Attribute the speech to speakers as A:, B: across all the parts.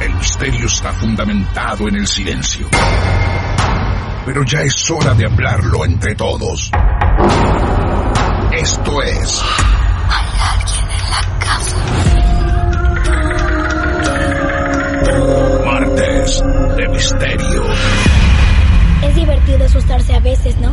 A: El misterio está fundamentado en el silencio. Pero ya es hora de hablarlo entre todos. Esto es Martes de Misterio.
B: Es divertido asustarse a veces, ¿no?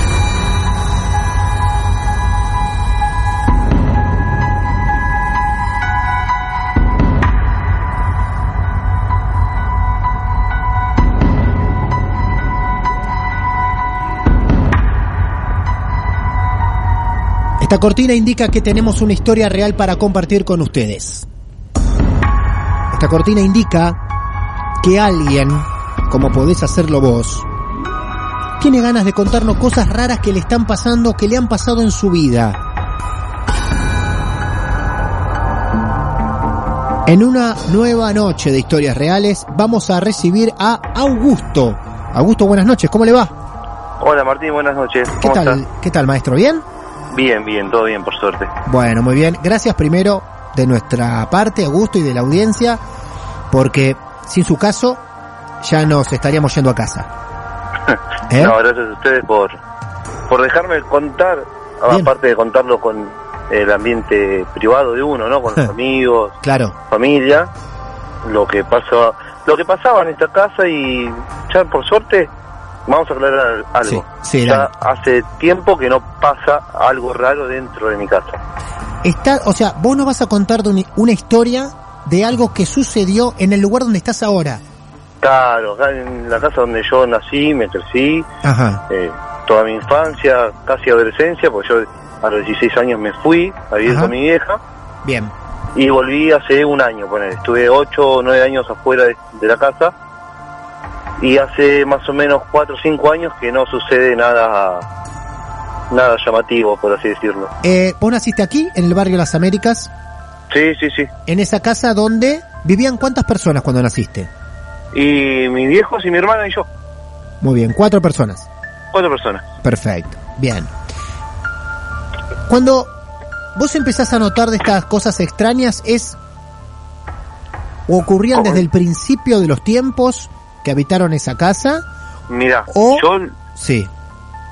C: Esta cortina indica que tenemos una historia real para compartir con ustedes. Esta cortina indica que alguien, como podés hacerlo vos, tiene ganas de contarnos cosas raras que le están pasando, que le han pasado en su vida. En una nueva noche de historias reales vamos a recibir a Augusto. Augusto, buenas noches, ¿cómo le va?
D: Hola Martín, buenas noches.
C: ¿Qué
D: ¿Cómo
C: tal?
D: estás?
C: ¿Qué tal, maestro? ¿Bien?
D: Bien, bien, todo bien, por suerte.
C: Bueno, muy bien. Gracias primero de nuestra parte, Augusto, y de la audiencia, porque sin su caso ya nos estaríamos yendo a casa. ¿Eh?
D: No, gracias a ustedes por, por dejarme contar,
C: Bien.
D: aparte de contarlo con el ambiente privado de uno, ¿no? Con los amigos,
C: Claro,
D: familia, lo que pasó, lo que pasaba en esta casa y ya por suerte vamos a aclarar algo.
C: Sí, sí,
D: ya
C: dale.
D: hace tiempo que no pasa algo raro dentro de mi casa.
C: está, o sea, vos nos vas a contar de un- una historia de algo que sucedió en el lugar donde estás ahora.
D: Claro, acá en la casa donde yo nací, me crecí,
C: Ajá.
D: eh, toda mi infancia, casi adolescencia, porque yo a los 16 años me fui a vivir
C: Ajá.
D: con mi vieja
C: Bien.
D: y volví hace un año, poner. Estuve 8 o 9 años afuera de, de la casa y hace más o menos 4 o 5 años que no sucede nada nada llamativo, por así decirlo.
C: Eh, vos naciste aquí, en el barrio Las Américas,
D: Sí, sí, sí.
C: en esa casa donde vivían cuántas personas cuando naciste.
D: Y mis viejos y mi hermana y yo,
C: Muy bien, cuatro personas.
D: cuatro personas.
C: Perfecto, bien. Cuando vos empezás a notar de estas cosas extrañas es o ocurrían desde el principio de los tiempos que habitaron esa casa,
D: Mira,
C: O-
D: yo
C: sí,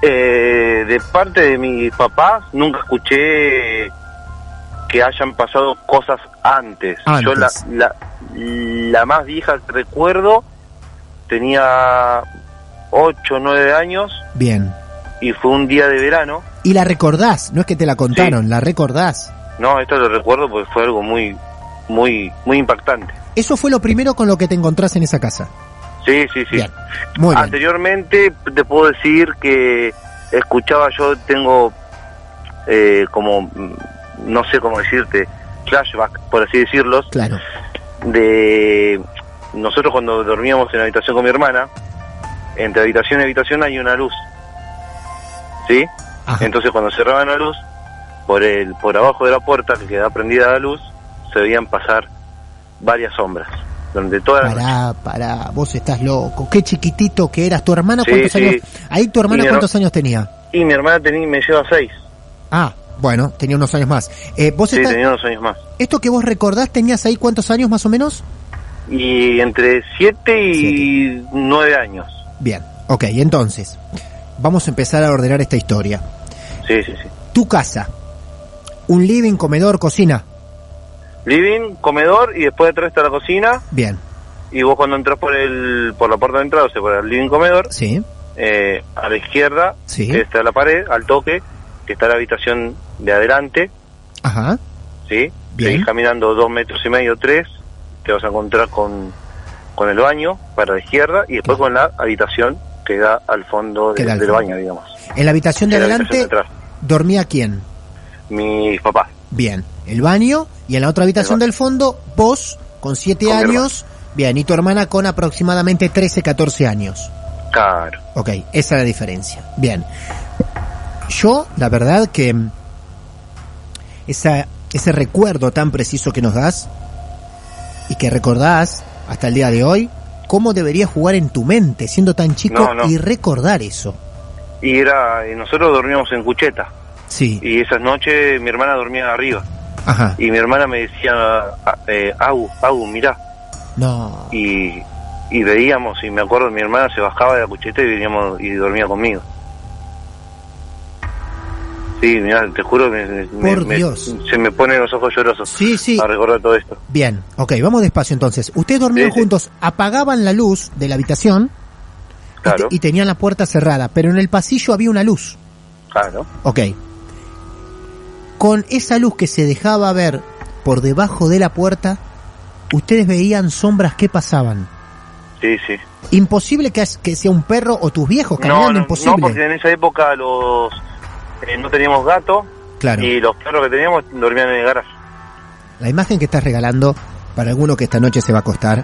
D: Eh, de parte de mis papás nunca escuché que hayan pasado cosas antes.
C: Antes.
D: Yo la, la, la más vieja que recuerdo tenía 8 o 9 años
C: bien.
D: y fue un día de verano.
C: Y la recordás, no es que te la contaron, la recordás.
D: No, esto lo recuerdo porque fue algo muy, muy, muy impactante.
C: Eso fue lo primero con lo que te encontrás en esa casa.
D: Sí, sí, Ah, sí.
C: Bien, muy bien.
D: Anteriormente te puedo decir que escuchaba, yo tengo eh, como, mm, no sé cómo decirte, flashback, por así decirlos,
C: Claro,
D: de nosotros cuando dormíamos en la habitación con mi hermana, entre habitación y habitación hay una luz. ¿Sí?
C: Ajá.
D: Entonces cuando cerraban la luz, por el por abajo de la puerta que quedaba prendida la luz, se veían pasar varias sombras. Donde toda la noche.
C: Pará, pará, vos estás loco. Qué chiquitito que eras. ¿Tu hermana
D: Sí,
C: cuántos
D: sí.
C: años? Ahí tu hermana
D: Mi herma-
C: cuántos años tenía.
D: Y mi hermana tenía, me lleva seis.
C: Ah, bueno, tenía unos años más. Eh, vos
D: Sí,
C: estás-
D: tenía unos años más.
C: esto que vos recordás tenías ahí cuántos años más o menos?
D: Y entre siete y nueve años.
C: Bien, ok, entonces vamos a empezar a ordenar esta historia.
D: Sí, sí, sí.
C: Tu casa, un living, comedor, cocina.
D: Living, comedor y después detrás está la cocina.
C: Bien,
D: Y vos cuando entras por el por la puerta de entrada, o sea, por el living comedor,
C: sí,
D: eh, a la izquierda
C: Sí.
D: que está la pared, al toque, que está la habitación de adelante,
C: ajá,
D: ¿sí?
C: Bien.
D: Seguís caminando dos metros y medio, tres, te vas a encontrar con, con el baño para la izquierda y después con la habitación que da al fondo de-
C: Que da al
D: del
C: fondo.
D: baño, digamos.
C: En la habitación de
D: En la
C: adelante
D: habitación de
C: dormía quién?
D: Mis papás,
C: Bien, el baño y en la otra habitación
D: El ba-
C: del fondo vos con 7
D: Con mi
C: años, bien, y tu hermana con aproximadamente 13, 14 años.
D: claro.
C: Ok, esa es la diferencia. Bien. Yo, la verdad que mm, esa, ese recuerdo tan preciso que nos das y que recordás hasta el día de hoy, ¿cómo debería jugar en tu mente siendo tan chico
D: No, no.
C: y recordar eso?
D: Y era, y nosotros dormíamos en cucheta
C: Sí,
D: y esas noches mi hermana dormía arriba
C: ajá.
D: y mi hermana me decía, ah, eh, Agu, Agu, mirá,
C: No,
D: y, y veíamos, y me acuerdo, mi hermana se bajaba de la cucheta y veníamos y dormía conmigo. Sí, mira, te juro que me- me-
C: Por
D: me-
C: Dios.
D: se me ponen los ojos llorosos
C: sí, sí.
D: a recordar todo esto.
C: Bien, ok, vamos despacio entonces. Ustedes dormían
D: Sí, sí.
C: juntos, apagaban la luz de la habitación y te-
D: Claro,
C: y, tenían la puerta cerrada, pero en el pasillo había una luz.
D: claro.
C: Ok. Con esa luz que se dejaba ver por debajo de la puerta, ustedes veían sombras que pasaban.
D: Sí, sí.
C: Imposible que, as- que sea un perro o tus viejos
D: No,
C: caminando,
D: no, no,
C: imposible.
D: porque en esa época los eh, no teníamos gato
C: Claro,
D: y los perros que teníamos dormían en el garaje.
C: la imagen que estás regalando para alguno que esta noche se va a acostar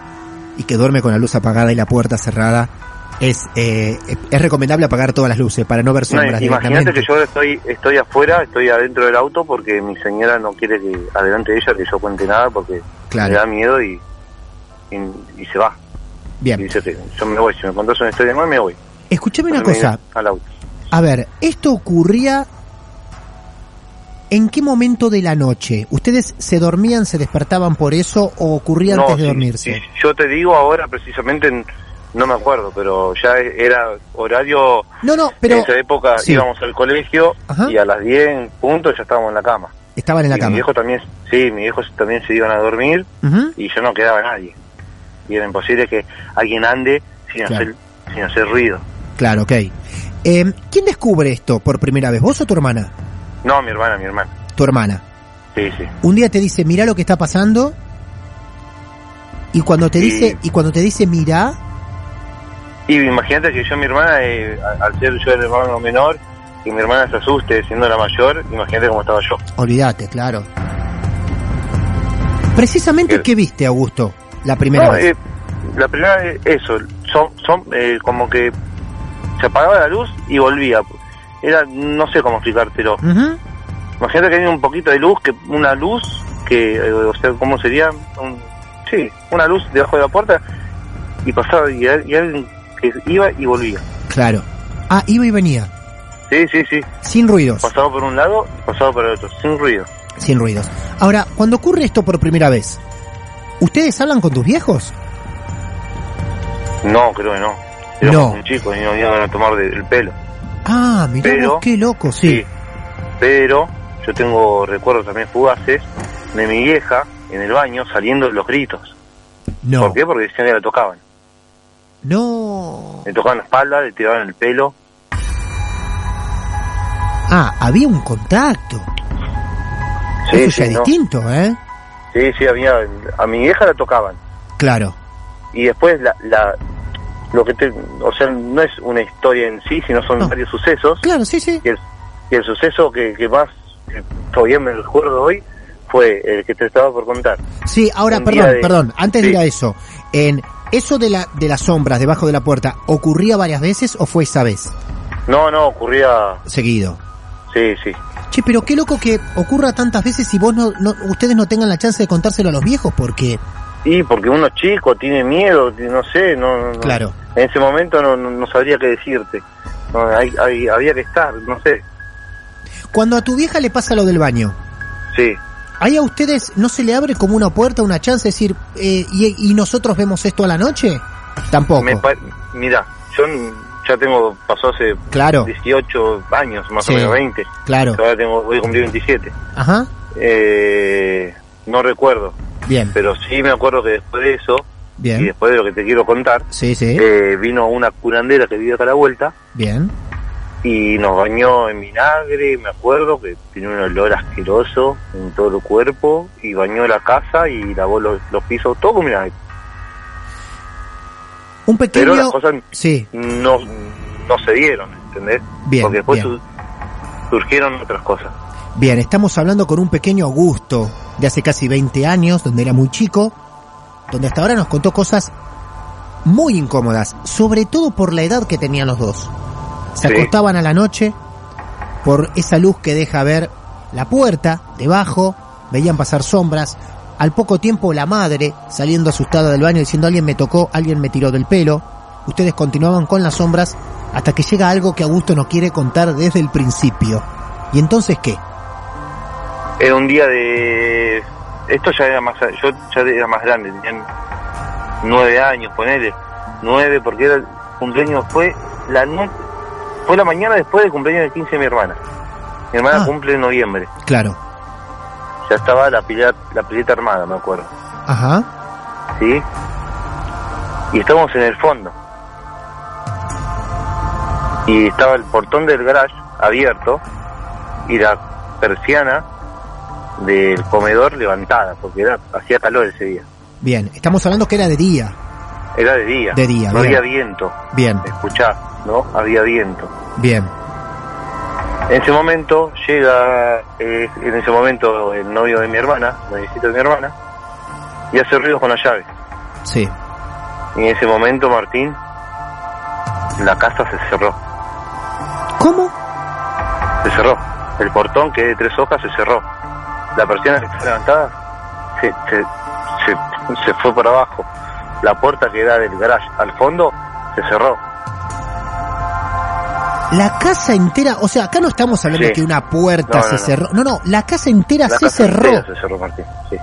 C: y que duerme con la luz apagada y la puerta cerrada, es, eh, es recomendable apagar todas las luces para no ver
D: No,
C: sombras
D: Imagínate
C: directamente.
D: que yo estoy estoy afuera, estoy adentro del auto porque mi señora no quiere que adelante de ella que yo cuente nada porque
C: Claro.
D: le da miedo y, y, y se va. Y
C: Bien,
D: dice que yo me voy, si me contás una historia más me voy.
C: escúchame una
D: Cuando me
C: cosa.
D: vine Al auto.
C: A ver, esto ocurría en qué momento de la noche? ¿Ustedes se dormían, se despertaban por eso o ocurría antes de
D: sí,
C: dormirse?
D: sí, yo te digo ahora precisamente, n- no me acuerdo, pero ya e- era horario,
C: No, no, pero
D: en esa época
C: sí.
D: íbamos al colegio
C: Ajá.
D: y a las 10 en punto ya estábamos en la cama.
C: estaban en la
D: y mi
C: cama.
D: viejo también, sí, mis viejos también se iban a dormir
C: Ujú.
D: y yo no quedaba nadie. Y era imposible que alguien ande sin,
C: Claro.
D: hacer, sin hacer ruido.
C: Claro, ok. Eh, ¿Quién descubre esto por primera vez? ¿Vos o tu hermana?
D: No, mi hermana, mi hermana.
C: Tu hermana.
D: Sí, sí.
C: Un día te dice, mira lo que está pasando. Y cuando te
D: Sí.
C: dice, y cuando te dice, mira,
D: Y imagínate que yo, mi hermana, eh, a- al ser yo el hermano menor, y mi hermana se asuste siendo la mayor, imagínate cómo estaba yo.
C: olvídate, claro. Precisamente,
D: Bien.
C: ¿qué viste, Augusto? La primera
D: No,
C: vez.
D: eh, la primera vez, eso, son, son, eh, como que se apagaba la luz y volvía. Era, no sé cómo explicártelo.
C: Ujú.
D: Imagínate que hay un poquito de luz, que una luz, que, eh, o sea, ¿cómo sería? Un- sí, una luz debajo de la puerta, y pasaba, y, al- y alguien que iba y volvía.
C: Claro. Ah, iba y venía.
D: Sí, sí, sí.
C: Sin ruidos.
D: Pasaba por un lado, pasaba por el otro, sin ruido.
C: Sin ruidos. Ahora, cuando ocurre esto por primera vez, ¿ustedes hablan con tus viejos?
D: No, creo que no.
C: No.
D: Éramos un chico y no iban a tomar de- el pelo.
C: Ah, mirá
D: Pero-
C: vos, qué loco, sí.
D: Pero yo tengo recuerdos también fugaces de mi vieja en el baño saliendo los gritos.
C: No.
D: ¿Por qué? Porque decían que la tocaban.
C: No.
D: Le tocaban la espalda, le tiraban el pelo.
C: Ah, había un contacto. Eso ya es
D: no.
C: distinto, ¿eh?
D: sí, sí, había, a mi vieja la tocaban.
C: Claro.
D: Y después la, la lo que te, o sea, no es una historia en sí, sino son
C: No.
D: varios sucesos.
C: Claro, sí, sí.
D: Y el, y el suceso que, que más que todavía me recuerdo hoy fue el que te estaba por contar.
C: Sí, ahora,
D: Un día
C: perdón,
D: de-
C: perdón. Antes de
D: Sí.
C: ir a eso, en ¿Eso de, la, de las sombras debajo de la puerta ocurría varias veces o fue esa vez?
D: No, no, ocurría.
C: Seguido.
D: Sí, sí.
C: Che, pero qué loco que ocurra tantas veces y vos no, no ustedes no tengan la chance de contárselo a los viejos porque...
D: Y porque uno es chico, tiene miedo, no sé, no... no-
C: Claro.
D: En ese momento no, no- no sabría qué decirte. No, hay- hay- había que estar, no sé.
C: Cuando a tu vieja le pasa lo del baño,
D: Sí.
C: ¿ahí a ustedes no se le abre como una puerta, una chance de decir, eh, y, y nosotros vemos esto a la noche? Tampoco.
D: Me pa- mira, yo n- ya tengo, pasó hace
C: Claro,
D: 18 años, más
C: Sí.
D: o menos 20.
C: claro.
D: Ahora tengo, voy a cumplir 27.
C: Ajá,
D: Eh, no recuerdo,
C: bien,
D: pero sí me acuerdo que después de eso, y
C: bien.
D: después de lo que te quiero contar,
C: Sí, sí,
D: eh, vino una curandera que vivía acá a la vuelta
C: bien.
D: y nos bañó en vinagre, me acuerdo, que tenía un olor asqueroso en todo el cuerpo, y bañó la casa y lavó los, los pisos, todo con vinagre.
C: Un
D: Pero
C: pequeño...
D: las cosas
C: Sí,
D: no, no se dieron, ¿entendés?
C: bien,
D: Porque después
C: bien.
D: su- surgieron otras cosas.
C: Bien, estamos hablando con un pequeño Augusto de hace casi 20 años, donde era muy chico, donde hasta ahora nos contó cosas muy incómodas, sobre todo por la edad que tenían los dos. Se
D: Sí.
C: acostaban a la noche por esa luz que deja ver la puerta, debajo, veían pasar sombras. Al poco tiempo la madre, saliendo asustada del baño diciendo alguien me tocó, alguien me tiró del pelo. Ustedes continuaban con las sombras hasta que llega algo que Augusto no quiere contar desde el principio. ¿Y entonces qué?
D: Era un día de... Esto ya era más... Yo ya era más grande, tenían nueve años, ponele. Nueve, porque era el cumpleaños, fue la no- fue la mañana después del cumpleaños de 15 de mi hermana. Mi hermana
C: Ah.
D: cumple en noviembre.
C: Claro.
D: Ya estaba la pileta, la pileta armada, me acuerdo.
C: Ajá.
D: ¿Sí? Y estábamos en el fondo. Y estaba el portón del garage abierto y la persiana del comedor levantada, porque era, hacía calor ese día.
C: Bien. Estamos hablando que era de día.
D: Era de día.
C: De día,
D: No
C: bien.
D: había viento.
C: Bien,
D: Escuchá, ¿no? Había viento.
C: bien.
D: En ese momento llega, eh, en ese momento el novio de mi hermana, el noviecito de mi hermana, y hace ruidos con la llave.
C: Sí.
D: Y en ese momento, Martín, la casa se cerró.
C: ¿Cómo?
D: se cerró. El portón que es de tres hojas se cerró. La persiana que está levantada se, se, se- se fue para abajo. La puerta que da del garage al fondo se cerró.
C: Ah, La casa entera, o sea, acá no estamos hablando
D: Sí.
C: que una puerta
D: No,
C: se
D: no, no.
C: cerró. No, no, la casa entera
D: La
C: se
D: casa
C: cerró.
D: entera se cerró, Martín. Sí.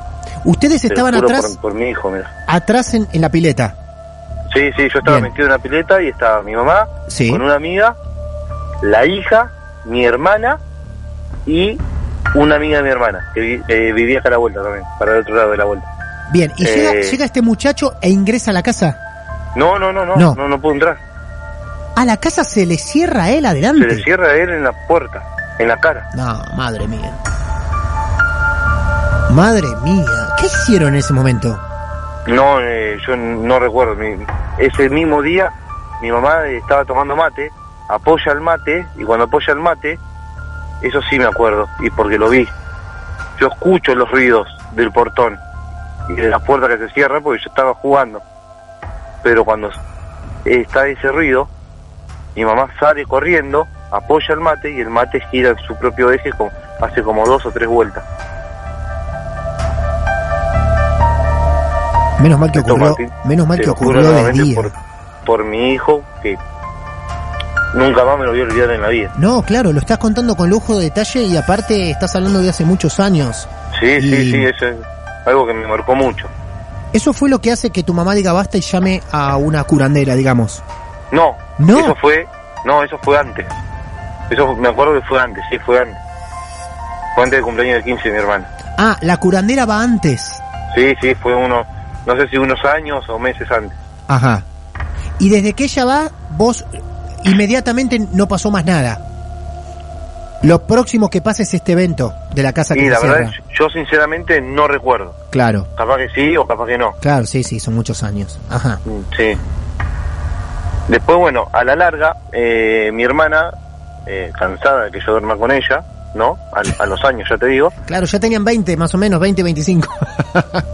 C: Ustedes
D: Te lo
C: estaban
D: juro
C: atrás,
D: Por, por mi hijo, mira.
C: atrás en, en la pileta.
D: Sí, sí, yo estaba
C: Bien.
D: metido en una pileta y estaba mi mamá
C: Sí.
D: con una amiga, la hija, mi hermana y una amiga de mi hermana que vi- eh, vivía acá a la vuelta también, para el otro lado de la vuelta.
C: Bien, y
D: Eh.
C: llega, llega este muchacho e ingresa a la casa.
D: No, no, no, no,
C: No.
D: no, no, pudo entrar.
C: A la casa se le cierra a él
D: Se
C: adelante.
D: le cierra a él en la puerta, en la cara.
C: No, madre mía. Madre mía, ¿qué hicieron en ese momento?
D: No, eh, yo no recuerdo. Mi- ese mismo día mi mamá eh, estaba tomando mate, apoya el mate, y cuando apoya el mate, eso sí me acuerdo, y porque lo vi. Yo escucho los ruidos del portón y de la puerta que se cierra porque yo estaba jugando. Pero cuando eh, está ese ruido, mi mamá sale corriendo, apoya el mate y el mate gira en su propio eje, como- hace como dos o tres vueltas.
C: Menos mal que
D: Esto,
C: ocurrió,
D: Martín,
C: menos mal
D: te
C: que
D: lo juro
C: ocurrió de
D: nuevamente
C: día.
D: Por, por mi hijo, que nunca más me lo voy a olvidar en la vida.
C: No, claro, lo estás contando con lujo de detalle y aparte estás hablando de hace muchos años.
D: Sí,
C: Y-
D: sí, sí, eso es algo que me marcó mucho.
C: Eso fue lo que hace que tu mamá diga basta y llame a una curandera, digamos.
D: No,
C: No.
D: eso fue, no, eso fue antes. Eso me acuerdo que fue antes, sí, fue antes. Fue antes del cumpleaños de 15 de mi hermana.
C: Ah, la curandera va antes.
D: Sí, sí, fue uno, no sé si unos años o meses antes.
C: Ajá. Y desde que ella va, vos inmediatamente no pasó más nada. Lo próximo que pasa es este evento de la casa que
D: Y la
C: se
D: verdad,
C: cierra.
D: yo sinceramente no recuerdo.
C: Claro,
D: Capaz que sí o capaz que no.
C: claro, sí, sí, son muchos años. Ajá.
D: Sí. Después, bueno, a la larga, eh, mi hermana, eh, cansada de que yo duerma con ella, ¿no? Al- A, los años, ya te digo.
C: Claro, ya tenían 20, más o menos, 20, 25.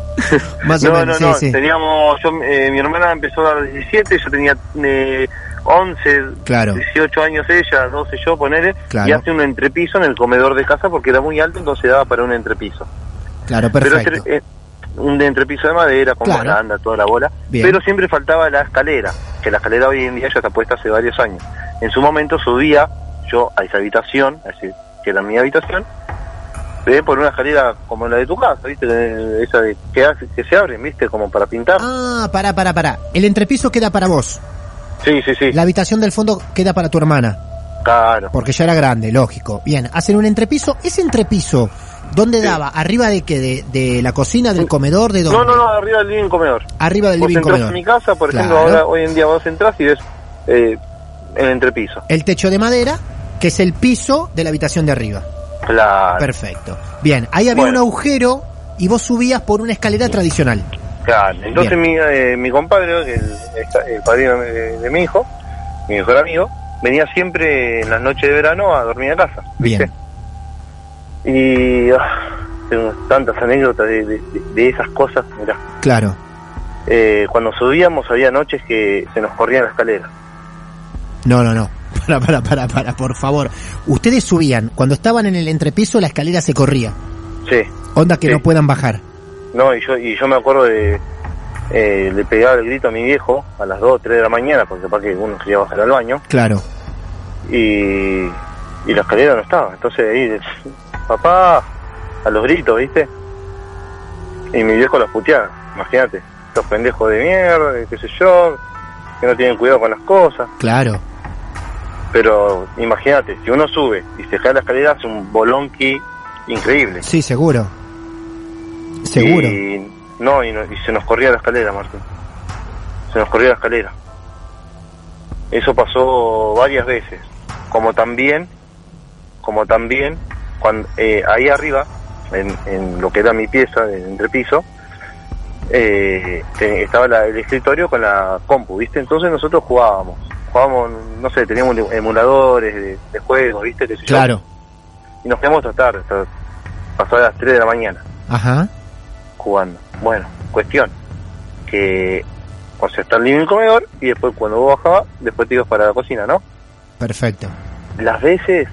C: Más
D: no,
C: o menos,
D: no, no,
C: sí, sí.
D: teníamos, yo, eh, mi hermana empezó a los 17, yo tenía eh, 11,
C: Claro.
D: 18 años ella, 12 yo, ponele,
C: Claro.
D: y hace un entrepiso en el comedor de casa porque era muy alto, entonces daba para un entrepiso.
C: Claro,
D: Pero
C: perfecto.
D: este, eh, un entrepiso de madera, con
C: Claro.
D: baranda, toda la bola,
C: Bien.
D: pero siempre faltaba la escalera, que la escalera hoy en día ya está puesta hace varios años. En su momento subía yo a esa habitación, así que era mi habitación, eh, por una escalera como la de tu casa, ¿viste? Eh, Esa de, que, hace- que se abre, ¿viste? Como para pintar.
C: Ah, pará, pará, pará. El entrepiso queda para vos.
D: Sí, sí, sí.
C: La habitación del fondo queda para tu hermana.
D: Claro.
C: Porque ya era grande, lógico. Bien, hacen un entrepiso. Ese entrepiso, ¿dónde daba? ¿Arriba de qué? ¿De, de la cocina, del comedor? ¿De dónde?
D: No, no, no, arriba del living comedor.
C: Arriba del
D: vos
C: living
D: entrás
C: comedor.
D: en mi casa, por ejemplo,
C: Claro.
D: ahora hoy en día vos entras y ves eh, el entrepiso.
C: El techo de madera, que es el piso de la habitación de arriba.
D: Claro,
C: Perfecto. Bien, ahí había
D: Bueno.
C: un agujero y vos subías por una escalera tradicional.
D: claro. Entonces mi, eh, mi compadre, que el, esta- el padrino de, de mi hijo, mi mejor amigo, venía siempre en las noches de verano a dormir a casa. ¿viste?
C: Bien.
D: Y ah, tengo tantas anécdotas de, de- de- de esas cosas. Mirá,
C: Claro.
D: Eh, cuando subíamos había noches que se nos corría la escalera.
C: No, no, no. Para, para, para, para, por favor. Ustedes subían. Cuando estaban en el entrepiso, la escalera se corría.
D: Sí.
C: Onda que
D: Sí.
C: no puedan bajar.
D: No, y yo, y yo me acuerdo de. eh, le pegaba el grito a mi viejo a las 2 3 de la mañana, porque capaz que uno quería bajar al baño,
C: Claro.
D: y, y la escalera no estaba. Entonces ahí, de- papá, a los gritos, ¿viste? Y mi viejo las puteaba, imagínate, estos pendejos de mierda, de qué sé yo, que no tienen cuidado con las cosas.
C: Claro.
D: Pero imagínate, si uno sube y se cae la escalera, hace un bolonqui increíble.
C: Sí, seguro. Seguro.
D: Y, no, y, no- y se nos corría la escalera, Martín. Se nos corría la escalera. Eso pasó varias veces. Como también, como también, cuando, eh, ahí arriba, en, en lo que era mi pieza, en el entrepiso, eh, te- estaba la- el escritorio con la compu, ¿viste? Entonces nosotros jugábamos. Jugábamos, no sé, teníamos emuladores de, de juegos, ¿viste? Qué sé yo.
C: Claro.
D: Y nos quedamos hasta tarde, hasta pasar las 3 de la mañana
C: Ajá.
D: jugando. Bueno, cuestión. Que, o sea, está el living comedor y después cuando vos bajabas, después te ibas para la cocina, ¿no?
C: Perfecto.
D: Las veces,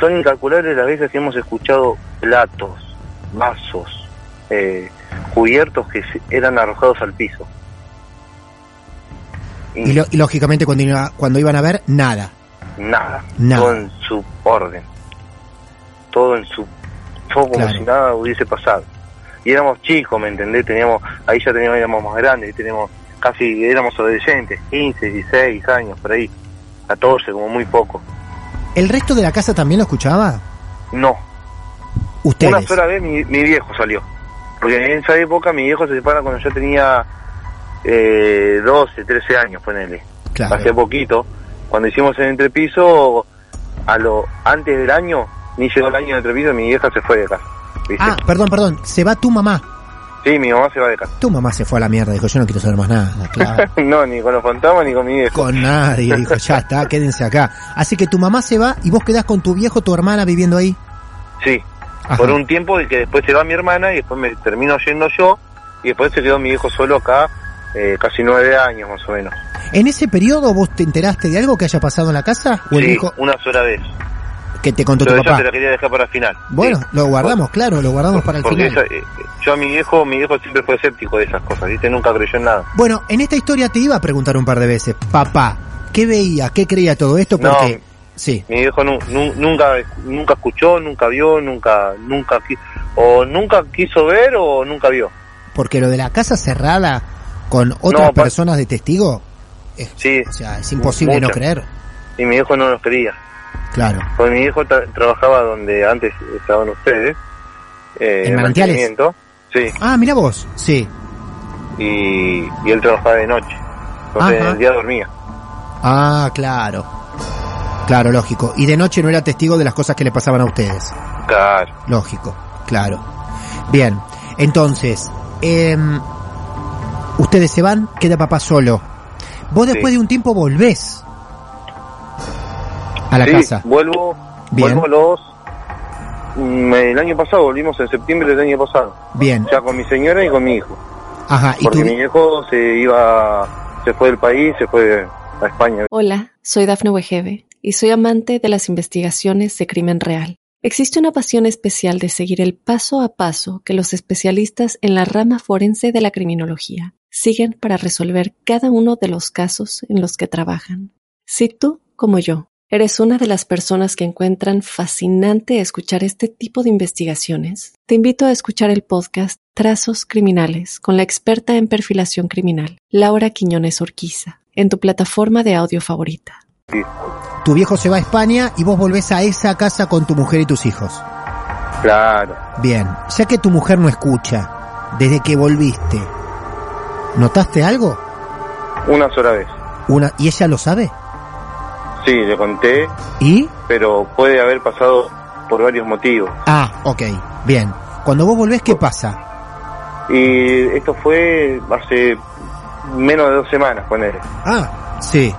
D: son incalculables las veces que hemos escuchado platos, vasos, eh, cubiertos que se- eran arrojados al piso. Y, Mm.
C: Y, lo- y lógicamente cuando, iba- cuando iban a ver, nada.
D: nada,
C: Nada.
D: todo en su orden. Todo en su... Todo como
C: Claro.
D: si nada hubiese pasado. Y éramos chicos, ¿me entendés? Teníamos, ahí ya teníamos, éramos más grandes, teníamos casi, éramos adolescentes, 15, 16 años, por ahí, 14, como muy poco.
C: ¿El resto de la casa también lo escuchaba?
D: No,
C: Ustedes.
D: una sola vez mi, mi viejo salió. Porque en esa época mi viejo se separa cuando yo tenía eh, 12, 13 años, ponele.
C: Claro.
D: hace poquito, cuando hicimos el entrepiso, a lo antes del año, ni llegó el año de entrepiso, mi vieja se fue de casa. ¿viste?
C: Ah, perdón, perdón. Se va tu mamá.
D: Sí, mi mamá se va de casa.
C: Tu mamá se fue a la mierda. Dijo, yo no quiero saber más nada. Claro.
D: no, ni con los fantasmas ni con mi viejo.
C: con nadie. Dijo, ya está, quédense acá. Así que tu mamá se va y vos quedás con tu viejo, tu hermana viviendo ahí.
D: Sí,
C: Ajá.
D: por un tiempo y que después se va mi hermana y después me termino yendo yo y después se quedó mi viejo solo acá, eh, casi nueve años más o menos.
C: ¿En ese periodo vos te enteraste de algo que haya pasado en la casa? ¿O el
D: Sí,
C: hijo
D: una sola vez.
C: que te contó tu
D: Pero ella
C: papá?
D: se la quería dejar para el final.
C: Bueno,
D: Sí.
C: lo guardamos, claro, lo guardamos para el
D: Porque
C: final.
D: ella, eh, yo a mi viejo, mi viejo siempre fue escéptico de esas cosas, ¿viste? Nunca creyó en nada.
C: Bueno, en esta historia te iba a preguntar un par de veces, papá, ¿qué veía? ¿Qué creía todo esto?
D: No.
C: Porque, sí,
D: mi viejo nu- nu- nunca nunca escuchó nunca vio nunca nunca qui- o nunca quiso ver o nunca vio
C: porque lo de la casa cerrada con otras
D: No, pa-
C: personas de testigo, es,
D: sí
C: o sea, es imposible no
D: Muchas.
C: creer.
D: y mi viejo no los creía
C: Claro,
D: porque mi viejo tra- trabajaba donde antes estaban ustedes eh,
C: ¿En Manantiales?
D: mantenimiento, sí
C: Ah, mira vos. Sí.
D: y, y él trabajaba de noche entonces
C: Ajá.
D: en el día dormía
C: Ah, claro. Claro, lógico. Y de noche no era testigo de las cosas que le pasaban a ustedes.
D: claro
C: Lógico, claro. Bien, entonces, em, ustedes se van, queda papá solo. Vos después
D: Sí.
C: de un tiempo volvés a la
D: sí,
C: casa.
D: vuelvo
C: Bien.
D: vuelvo a los me- el año pasado, volvimos en septiembre del año pasado.
C: Bien.
D: Ya con mi señora y con mi hijo.
C: Ajá, y
D: Porque
C: tú...
D: mi viejo se iba, se fue del país, se fue a España.
E: Hola, soy Dafne Wegebe y soy amante de las investigaciones de crimen real. Existe una pasión especial de seguir el paso a paso que los especialistas en la rama forense de la criminología siguen para resolver cada uno de los casos en los que trabajan. Si tú, como yo, eres una de las personas que encuentran fascinante escuchar este tipo de investigaciones, te invito a escuchar el podcast Trazos Criminales con la experta en perfilación criminal, Laura Quiñones Orquiza, en tu plataforma de audio favorita.
C: Tu viejo se va a España y vos volvés a esa casa con tu mujer y tus hijos.
D: Claro.
C: Bien, ya que tu mujer no escucha, desde que volviste, ¿notaste algo?
D: Una sola vez.
C: Una, ¿Y ella lo sabe?
D: Sí, le conté,
C: ¿Y?
D: pero puede haber pasado por varios motivos.
C: Ah, ok, bien. Cuando vos volvés,
D: Oh.
C: ¿qué pasa?
D: Y esto fue hace menos de dos semanas con él.
C: Ah, sí,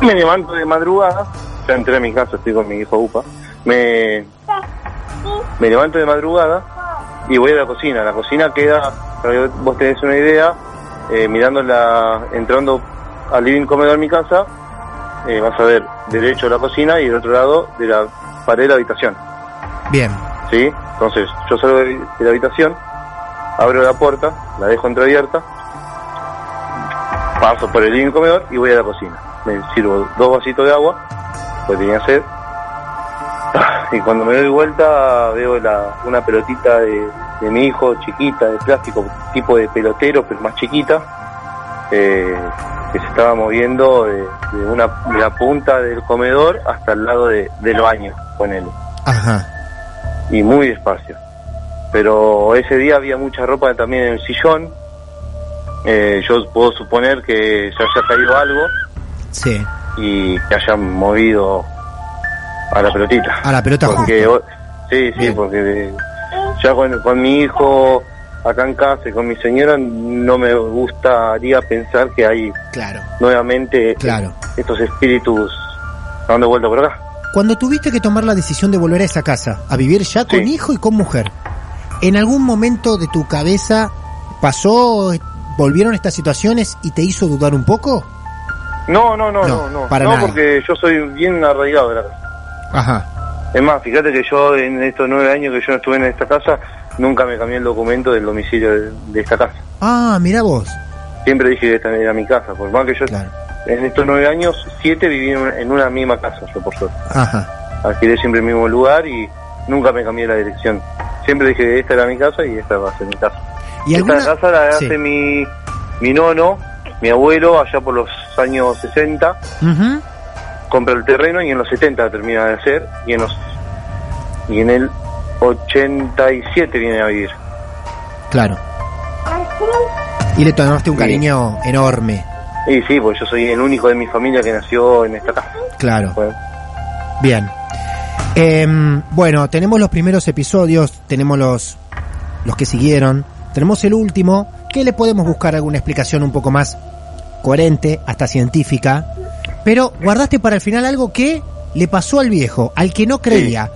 D: Me levanto de madrugada, ya entré a mi casa, estoy con mi hijo Upa. Me, me levanto de madrugada y voy a la cocina. La cocina queda, para que vos tenés una idea, eh, mirando la, entrando al living comedor de mi casa, eh, vas a ver derecho la cocina y del otro lado de la pared de la habitación.
C: bien.
D: ¿sí? Entonces yo salgo de de la habitación, abro la puerta, la dejo entreabierta, paso por el living comedor y voy a la cocina. Me sirvo dos vasitos de agua, pues tenía sed. Y cuando me doy vuelta veo la- una pelotita de, de mi hijo chiquita, de plástico, tipo de pelotero, pero más chiquita, eh, que se estaba moviendo de, de una, de la punta del comedor hasta el lado de- del baño, ponele
C: Ajá,
D: y muy despacio. Pero ese día había mucha ropa también en el sillón. Eh, yo puedo suponer que se haya caído algo
C: sí.
D: y que hayan movido a la pelotita.
C: A la pelota
D: Porque, o- sí, sí,
C: Ah, Bien.
D: porque de- ya con, con mi hijo acá en casa y con mi señora no me gustaría pensar que hay
C: Claro,
D: nuevamente
C: claro.
D: estos espíritus dando vuelta por acá.
C: Cuando tuviste que tomar la decisión de volver a esa casa, a vivir ya con
D: Sí.
C: hijo y con mujer, ¿en algún momento de tu cabeza pasó, volvieron estas situaciones y te hizo dudar un poco?
D: No, no, no,
C: No,
D: no, no.
C: para
D: no,
C: nada.
D: porque yo soy bien arraigado de la casa.
C: Ajá.
D: Es más, fíjate que yo en estos nueve años que yo no estuve en esta casa, nunca me cambié el documento del domicilio de, de esta casa.
C: Ah, mira vos.
D: Siempre dije que esta era mi casa, por más que yo
C: Claro.
D: en estos nueve años, siete viví en una, en una misma casa, yo por suerte.
C: Ajá.
D: Alquilé siempre el mismo lugar y nunca me cambié la dirección. Siempre dije que esta era mi casa y esta va a ser mi casa.
C: ¿Y
D: esta
C: alguna...
D: casa la hace
C: Sí.
D: mi, mi nono, mi abuelo, allá por los años 60,
C: Ujú.
D: compra el terreno y en los 70 la termina de hacer y en los y en el 87 viene a vivir.
C: Claro. Y le tomaste un
D: Sí.
C: cariño enorme.
D: Y sí, porque yo soy el único de mi familia que nació en esta casa.
C: Claro.
D: Bueno,
C: Bien. Em, bueno, tenemos los primeros episodios, tenemos los, los que siguieron, tenemos el último, que le podemos buscar alguna explicación un poco más coherente, hasta científica, pero guardaste para el final algo que le pasó al viejo, al que no creía,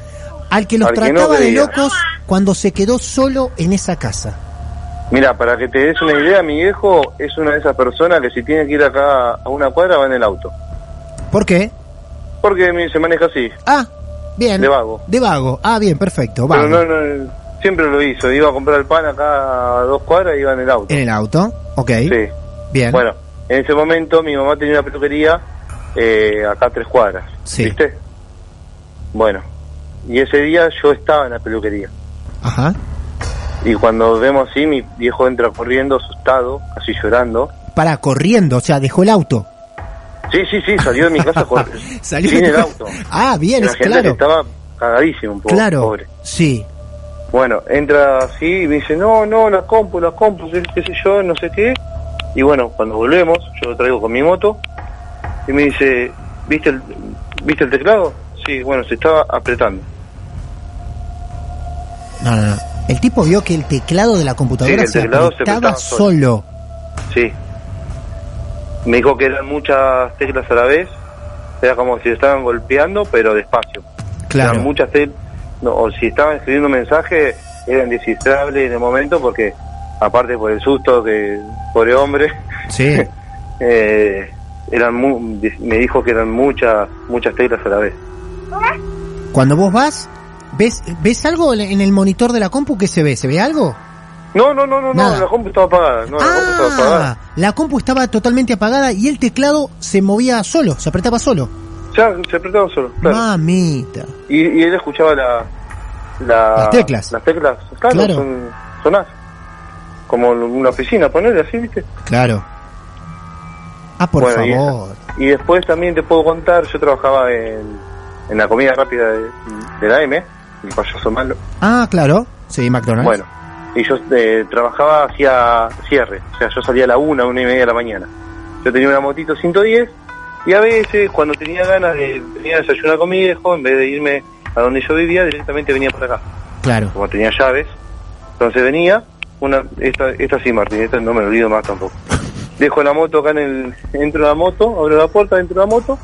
C: al que los
D: Al que no
C: trataba de
D: creía.
C: locos cuando se quedó solo en esa casa.
D: mira, para que te des una idea, mi viejo es una de esas personas que si tiene que ir acá a una cuadra va en el auto.
C: ¿Por qué?
D: Porque mi- se maneja así.
C: Ah, bien.
D: De vago.
C: De vago. Ah, bien, perfecto. Vago.
D: Pero no, no, siempre lo hizo. Iba a comprar el pan acá a dos cuadras y iba en el auto.
C: En el auto, ok.
D: Sí.
C: Bien.
D: Bueno, en ese momento mi mamá tenía una peluquería eh, acá a tres cuadras.
C: Sí.
D: ¿Viste? Bueno, y ese día yo estaba en la peluquería.
C: Ajá.
D: Y cuando vemos así, mi viejo entra corriendo, asustado, casi llorando.
C: Para corriendo, o sea, dejó el auto.
D: Sí, sí, sí, salió de mi casa cor-
C: Salió
D: sin
C: de-
D: el auto.
C: Ah, bien,
D: la
C: es
D: gente
C: claro.
D: estaba cagadísimo un poco,
C: claro.
D: pobre.
C: Sí.
D: Bueno, entra así y me dice, no, no, la compu, la compu, qué, qué sé yo, no sé qué. Y bueno, cuando volvemos, yo lo traigo con mi moto y me dice, ¿viste el, ¿viste el teclado? Sí, bueno, se estaba apretando.
C: No, no, no. El tipo vio que el teclado de la
D: Sí,
C: computadora
D: el
C: se
D: teclado se
C: apretaba
D: apretaba solo.
C: solo.
D: Sí. Me dijo que eran muchas teclas a la vez. Era como si estaban golpeando, pero despacio.
C: Claro.
D: Eran muchas, te- no, o si estaban escribiendo un mensaje, era indescifrable en el momento porque, aparte por el susto que pobre hombre,
C: Sí.
D: eh, eran mu- me dijo que eran muchas muchas teclas a la vez.
C: Cuando vos vas, ¿ves, ¿ves algo en- en el monitor de la compu que se ve? ¿Se ve algo?
D: No, no, no, no,
C: Nada.
D: no, la compu estaba apagada. No, la compu estaba apagada.
C: Ah, la compu estaba totalmente apagada y el teclado se movía solo, se apretaba solo.
D: Ya, se apretaba solo, claro.
C: Ah. Mamita.
D: Y, y él escuchaba la, la-
C: Las teclas.
D: Las teclas, claro,
C: Claro.
D: Son, sonás. Como en una oficina, ponerle así, ¿viste?
C: Claro. Ah, por
D: Bueno, y-
C: favor.
D: Y después también te puedo contar, yo trabajaba en, en la comida rápida de, de la M, el payaso malo.
C: Ah, claro. Sí, McDonald's.
D: Bueno, y yo eh, trabajaba hacia cierre, o sea, yo salía a la una, una y media de la mañana. Yo tenía una motito 110 y a veces cuando tenía ganas de venir a desayunar con mi viejo, en vez de irme a donde yo vivía, directamente venía para acá,
C: Claro.
D: como tenía llaves. Entonces venía, una, esta, esta sí, Martín, esta no me lo olvido más tampoco. Dejo la moto acá en el, entro en la moto, abro la puerta dentro de la moto,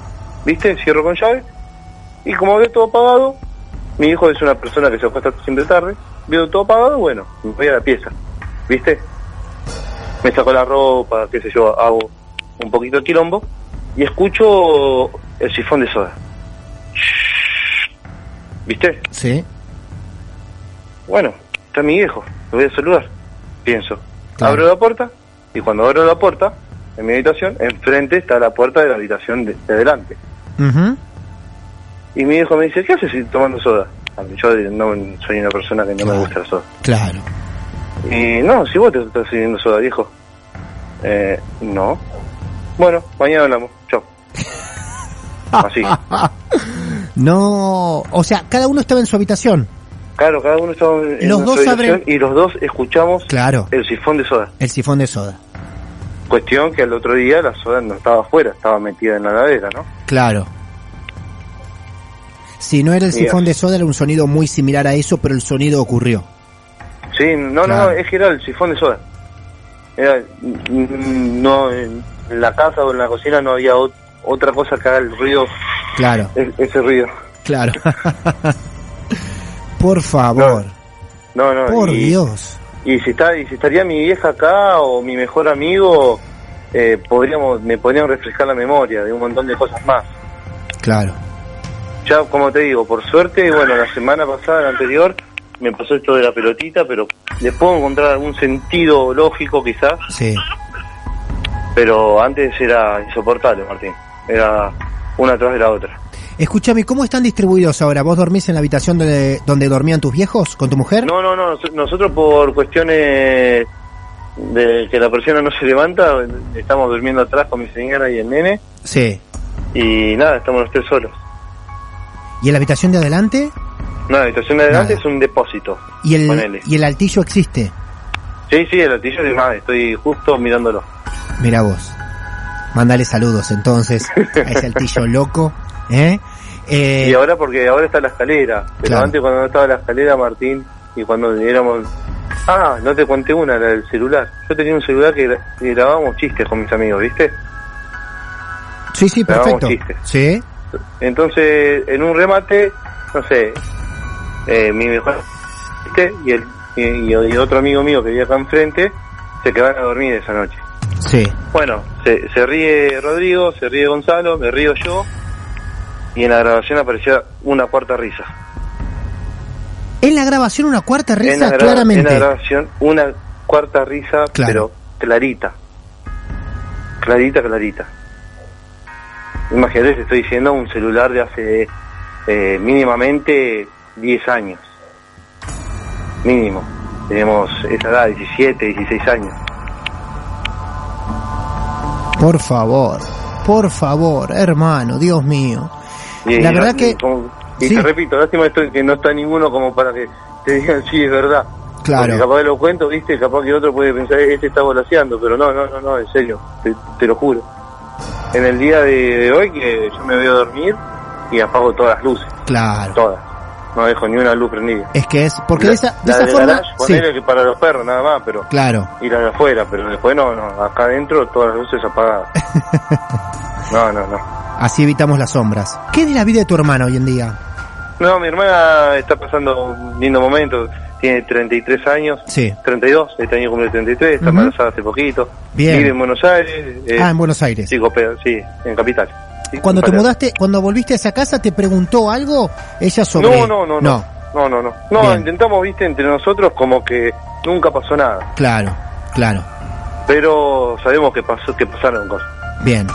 D: viste, cierro con llave y como veo todo apagado, mi hijo es una persona que se acuesta siempre tarde, veo todo apagado, bueno, me voy a la pieza, ¿viste? Me saco la ropa, qué sé yo, hago un poquito de quilombo y escucho el sifón de soda. ¿Viste?
C: Sí,
D: Bueno, está mi viejo, lo voy a saludar, pienso.
C: Claro.
D: Abro la puerta y cuando abro la puerta, en mi habitación, enfrente está la puerta de la habitación de- de delante.
C: Ujú.
D: Y mi viejo me dice, ¿qué haces tomando soda? A mí, Yo eh, no soy una persona que no me gusta la soda.
C: claro.
D: Y no, si vos te estás sirviendo soda, viejo. Eh, no. Bueno, mañana hablamos. Chao. Así.
C: No, o sea, cada uno estaba en su habitación.
D: Claro, cada uno estaba en
C: Los
D: nuestra
C: dos
D: habitación
C: abren-
D: y los dos escuchamos
C: Claro,
D: el sifón de soda.
C: el sifón de soda.
D: Cuestión que al otro día la soda no estaba afuera, estaba metida en la ladera, ¿no?
C: Claro. Si no era el
D: Mira.
C: sifón de soda, era un sonido muy similar a eso, pero el sonido ocurrió.
D: Sí, no,
C: Claro.
D: no, es que era el sifón de soda. Era, mm, no, en la casa o en la cocina no había ot- otra cosa que haga el ruido,
C: Claro,
D: e- ese ruido.
C: claro. Por favor,
D: No, no,
C: por
D: y-
C: Dios.
D: Y si, está, y si estaría mi vieja acá o mi mejor amigo, eh, podríamos, me podrían refrescar la memoria de un montón de cosas más.
C: Claro,
D: Ya, como te digo, por suerte, bueno, la semana pasada, la anterior, me pasó esto de la pelotita, pero le puedo encontrar algún sentido lógico quizás,
C: sí.
D: pero antes era insoportable, Martín. Era una atrás de la otra.
C: Escúchame, ¿cómo están distribuidos ahora? ¿Vos dormís en la habitación donde, donde dormían tus viejos con tu mujer?
D: No, no, no, nos- nosotros por cuestiones de que la persona no se levanta, estamos durmiendo atrás con mi señora y el nene,
C: Sí.
D: y nada, estamos los tres solos.
C: ¿Y en la habitación de adelante?
D: No, la habitación de adelante
C: Nada.
D: es un depósito.
C: ¿Y el,
D: Ponele.
C: y el altillo existe?
D: Sí, sí, el altillo es más, estoy justo mirándolo.
C: Mira vos. Mándale saludos entonces a ese altillo loco. ¿eh? Eh,
D: Y ahora porque ahora está la escalera. Pero
C: Claro.
D: antes cuando no estaba la escalera, Martín, y cuando éramos... Ah, no te conté una, la del celular. Yo tenía un celular que gra- que grabábamos chistes con mis amigos, ¿viste?
C: sí, sí,
D: pero
C: perfecto.
D: hagamos chistes.
C: Sí,
D: Entonces, en un remate, no sé, eh, mi mejor... ¿viste? Y, el, y, y- y otro amigo mío que vivía acá enfrente, se quedaron a dormir esa noche.
C: sí.
D: Bueno, se, se ríe Rodrigo, se ríe Gonzalo, me río yo. Y en la grabación aparecía una cuarta risa.
C: En la grabación una cuarta risa,
D: en, la gra- en la
C: claramente.
D: grabación una cuarta risa,
C: Claro.
D: pero clarita. Clarita, clarita. Imagínate, te estoy diciendo un celular de hace eh, mínimamente 10 años. Mínimo. Tenemos esa edad, 17, 16 años.
C: Por favor, por favor, hermano, Dios mío.
D: Y-
C: La
D: y-
C: verdad
D: y-
C: que-
D: como- y
C: sí.
D: te repito, lástima esto que no está ninguno como para que te digan sí, es verdad. Porque
C: Claro,
D: capaz que lo cuento, viste, capaz que otro puede pensar, este está volaseando, pero no, no, no, no, en serio, te, te lo juro. En el día de, de hoy que yo me veo dormir y apago todas las luces,
C: claro.
D: todas. No dejo ni una luz prendida.
C: Es que es, porque de
D: La-
C: esa, de
D: la
C: esa
D: del
C: forma,
D: garage,
C: sí,
D: ponele que para los perros nada más, pero
C: claro.
D: ir de afuera, pero después no, no, acá adentro todas las luces apagadas. no, no, no.
C: Así evitamos las sombras. ¿Qué es de la vida de tu hermana hoy en día?
D: No, mi hermana está pasando un lindo momento. Tiene 33 años.
C: Sí.
D: 32, este año cumple 33, está
C: Ujú.
D: embarazada hace poquito.
C: Bien.
D: Vive en Buenos Aires. eh,
C: Ah, en Buenos Aires.
D: Sí, Copea- sí, en Capital. Sí,
C: Cuando te
D: Capital.
C: mudaste, cuando volviste a esa casa, ¿te preguntó algo ella sobre...?
D: No, no, no, no. No, no, no. No,
C: Bien.
D: intentamos, viste, entre nosotros como que nunca pasó nada.
C: Claro, claro.
D: Pero sabemos que pasó, que pasaron cosas.
C: Bien.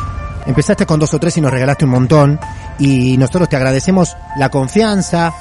C: Empezaste con dos o tres y nos regalaste un montón. Y nosotros te agradecemos la confianza,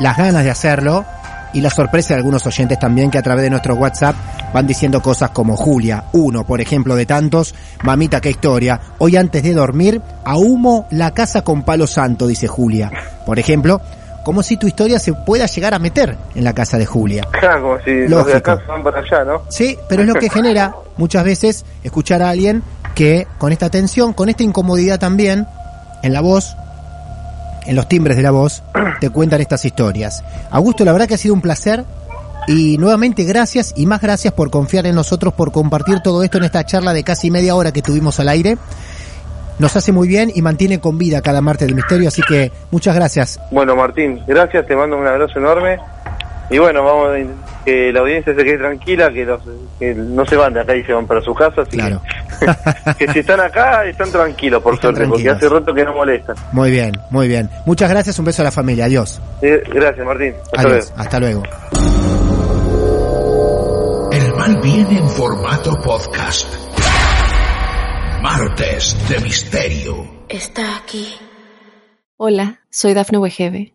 C: las ganas de hacerlo y la sorpresa de algunos oyentes también que a través de nuestro WhatsApp van diciendo cosas como Julia, uno por ejemplo de tantos, mamita qué historia, hoy antes de dormir ahumo la casa con palo santo, dice Julia, por ejemplo, como si tu historia se pueda llegar a meter en la casa de Julia.
D: Claro, como si los de
C: Lógico.
D: acá van para allá, ¿no?
C: Sí, pero es lo que genera muchas veces escuchar a alguien que con esta tensión, con esta incomodidad también, en la voz, en los timbres de la voz, te cuentan estas historias. Augusto, la verdad que ha sido un placer y nuevamente gracias y más gracias por confiar en nosotros, por compartir todo esto en esta charla de casi media hora que tuvimos al aire. Nos hace muy bien y mantiene con vida cada martes del misterio, así que muchas gracias.
D: Bueno, Martín, gracias, te mando un abrazo enorme. Y bueno, vamos a- que la audiencia se quede tranquila, que, los- que no se van de acá y se van para su casa. así que-
C: Claro.
D: Que, si están acá, están tranquilos, por
C: Están
D: suerte, porque hace
C: tranquilos.
D: rato que no molestan.
C: Muy bien, muy bien. Muchas gracias, un beso a la familia. Adiós.
D: Eh, gracias, Martín. Hasta luego.
C: Adiós. Hasta luego.
A: El mal viene en formato podcast. Martes de Misterio.
F: Está aquí.
E: Hola, soy Dafne Wegebe